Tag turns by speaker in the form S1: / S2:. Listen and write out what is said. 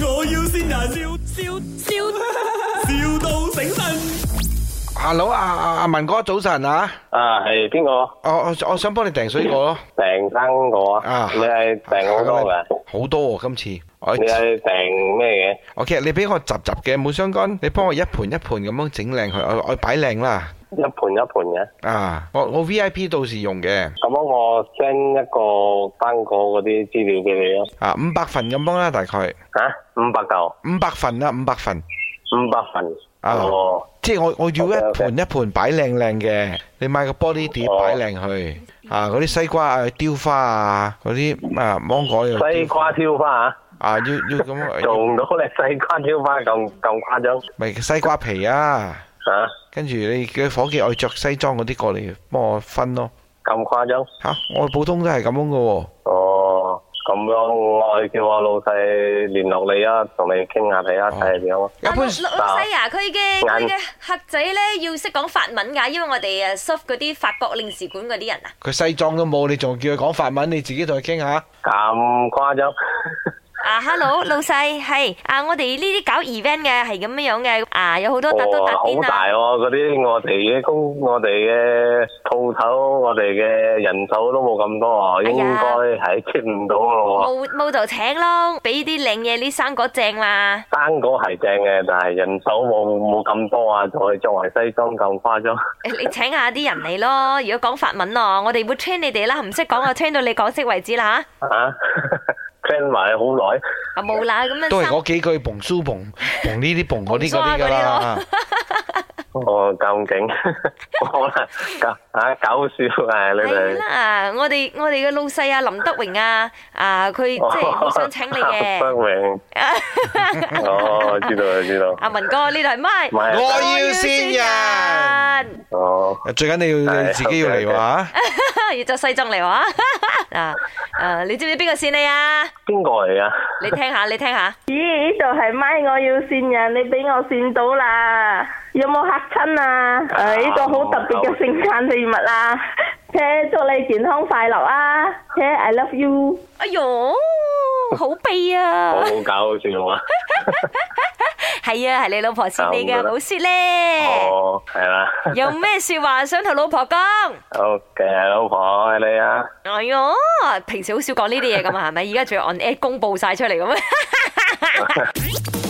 S1: 要先人，笑笑笑，,笑到醒神。
S2: Hello，阿阿阿文哥早晨啊！
S3: 啊，係邊個
S2: 我我我想幫你訂水果咯，
S3: 訂生我
S2: 啊
S3: 啊？你係訂好多㗎？
S2: 好多喎今次。我
S3: 你係訂咩
S2: OK，你俾我集集嘅冇相干，你幫我一盤一盤咁樣整靚佢，我我擺靚啦。
S3: 嘅？一盤一盤嘅。
S2: 啊，我我 V I P 到時用嘅，
S3: 咁我 send 一個單個嗰啲資料俾你咯。
S2: 啊五百份咁樣啦，大概
S3: 吓，五百嚿，
S2: 五百份啦，五百份。
S3: 五百份。
S2: 啊
S3: 哦，
S2: 即係我我要一
S3: OK，OK
S2: 盤一盤擺靚靚嘅，你買個玻璃碟
S3: 哦
S2: 擺靚佢。啊，嗰啲西瓜啊雕花啊，嗰啲啊芒果又雕
S3: 西瓜挑花啊！
S2: 啊要要咁要
S3: 做唔到你西瓜挑花咁咁誇張
S2: 咪西瓜皮啊！
S3: 啊！
S2: 跟住你嘅伙計愛着西裝嗰啲過嚟幫我分咯。
S3: 咁誇張？
S2: 吓、我普通都係咁樣嘅喎。
S3: 哦，咁樣我去叫我老細聯絡你啊，同你傾下睇下睇係點樣啊。
S2: 一
S4: 啊老老
S2: 般
S4: 老細啊，佢嘅佢嘅客仔咧要識講法文㗎，因為我哋誒 serve 嗰啲法國領事館嗰啲人啊。
S2: 佢西裝都冇，你仲叫佢講法文，你自己同佢傾下。
S3: 咁誇張？
S4: 啊，hello，老細係啊，我哋呢啲搞 event 嘅係咁樣樣嘅啊，有好多搭多搭
S3: 哦，好
S4: 邊
S3: 大
S4: 啊。
S3: 喎！嗰啲我哋嘅工，我哋嘅鋪頭，我哋嘅人手都冇咁多啊，
S4: 哎呀
S3: 應該係接唔到咯喎。
S4: 冇冇就請咯，俾啲靚嘢啲生果正嘛。
S3: 生果係正嘅，但係人手冇冇咁多啊，就係作為西裝咁誇張。
S4: 誒你請下啲人嚟咯，如果講法文哦，我哋會 train 你哋啦，唔識講我 train 到你講識為止啦嚇。
S3: 啊 plan 埋好耐，
S4: 啊冇啦，咁樣
S2: 都係
S4: 生
S2: 嗰幾句蹦蘇蹦蹦呢啲蹦嗰啲
S4: 蹦
S2: 嗰啲
S4: 蘇
S2: 㗎啦
S4: 啊。
S3: 哦咁 勁，好啦，搞啊搞笑啊你
S4: 係
S3: 哋，
S4: 啦，我哋我哋嘅老細啊，林德榮啊，啊佢即係好想請 你
S3: 不
S4: 嘅。
S3: 明， 哦知道啦知道，
S4: 阿文哥呢度係咪？
S3: 咪
S2: 我要先人，
S3: 哦
S2: 最緊要你自己要嚟喎嚇。
S4: 要着西裝嚟話 啊！誒，你知唔知邊個線你啊？
S3: 邊個嚟啊？
S4: 你聽下，你聽下。
S5: 咦，呢度係咪我要線人？你俾我線到啦，有冇嚇親啊？誒、呢個好特別嘅聖誕禮物啊！且祝你健康快樂啊！且 I love you。
S4: 哎喲，好悲啊
S3: 好！搞笑啊！
S4: 係啊，係你老婆線你嘅，
S3: 啊
S4: 冇説咧。
S3: 哦係啦。
S4: 有咩説話想同老婆講？
S3: 好嘅，老婆係你啊，
S4: 哎喲，平時好少講呢啲嘢噶嘛，係咪？而家仲要 on air 公佈晒出嚟咁啊！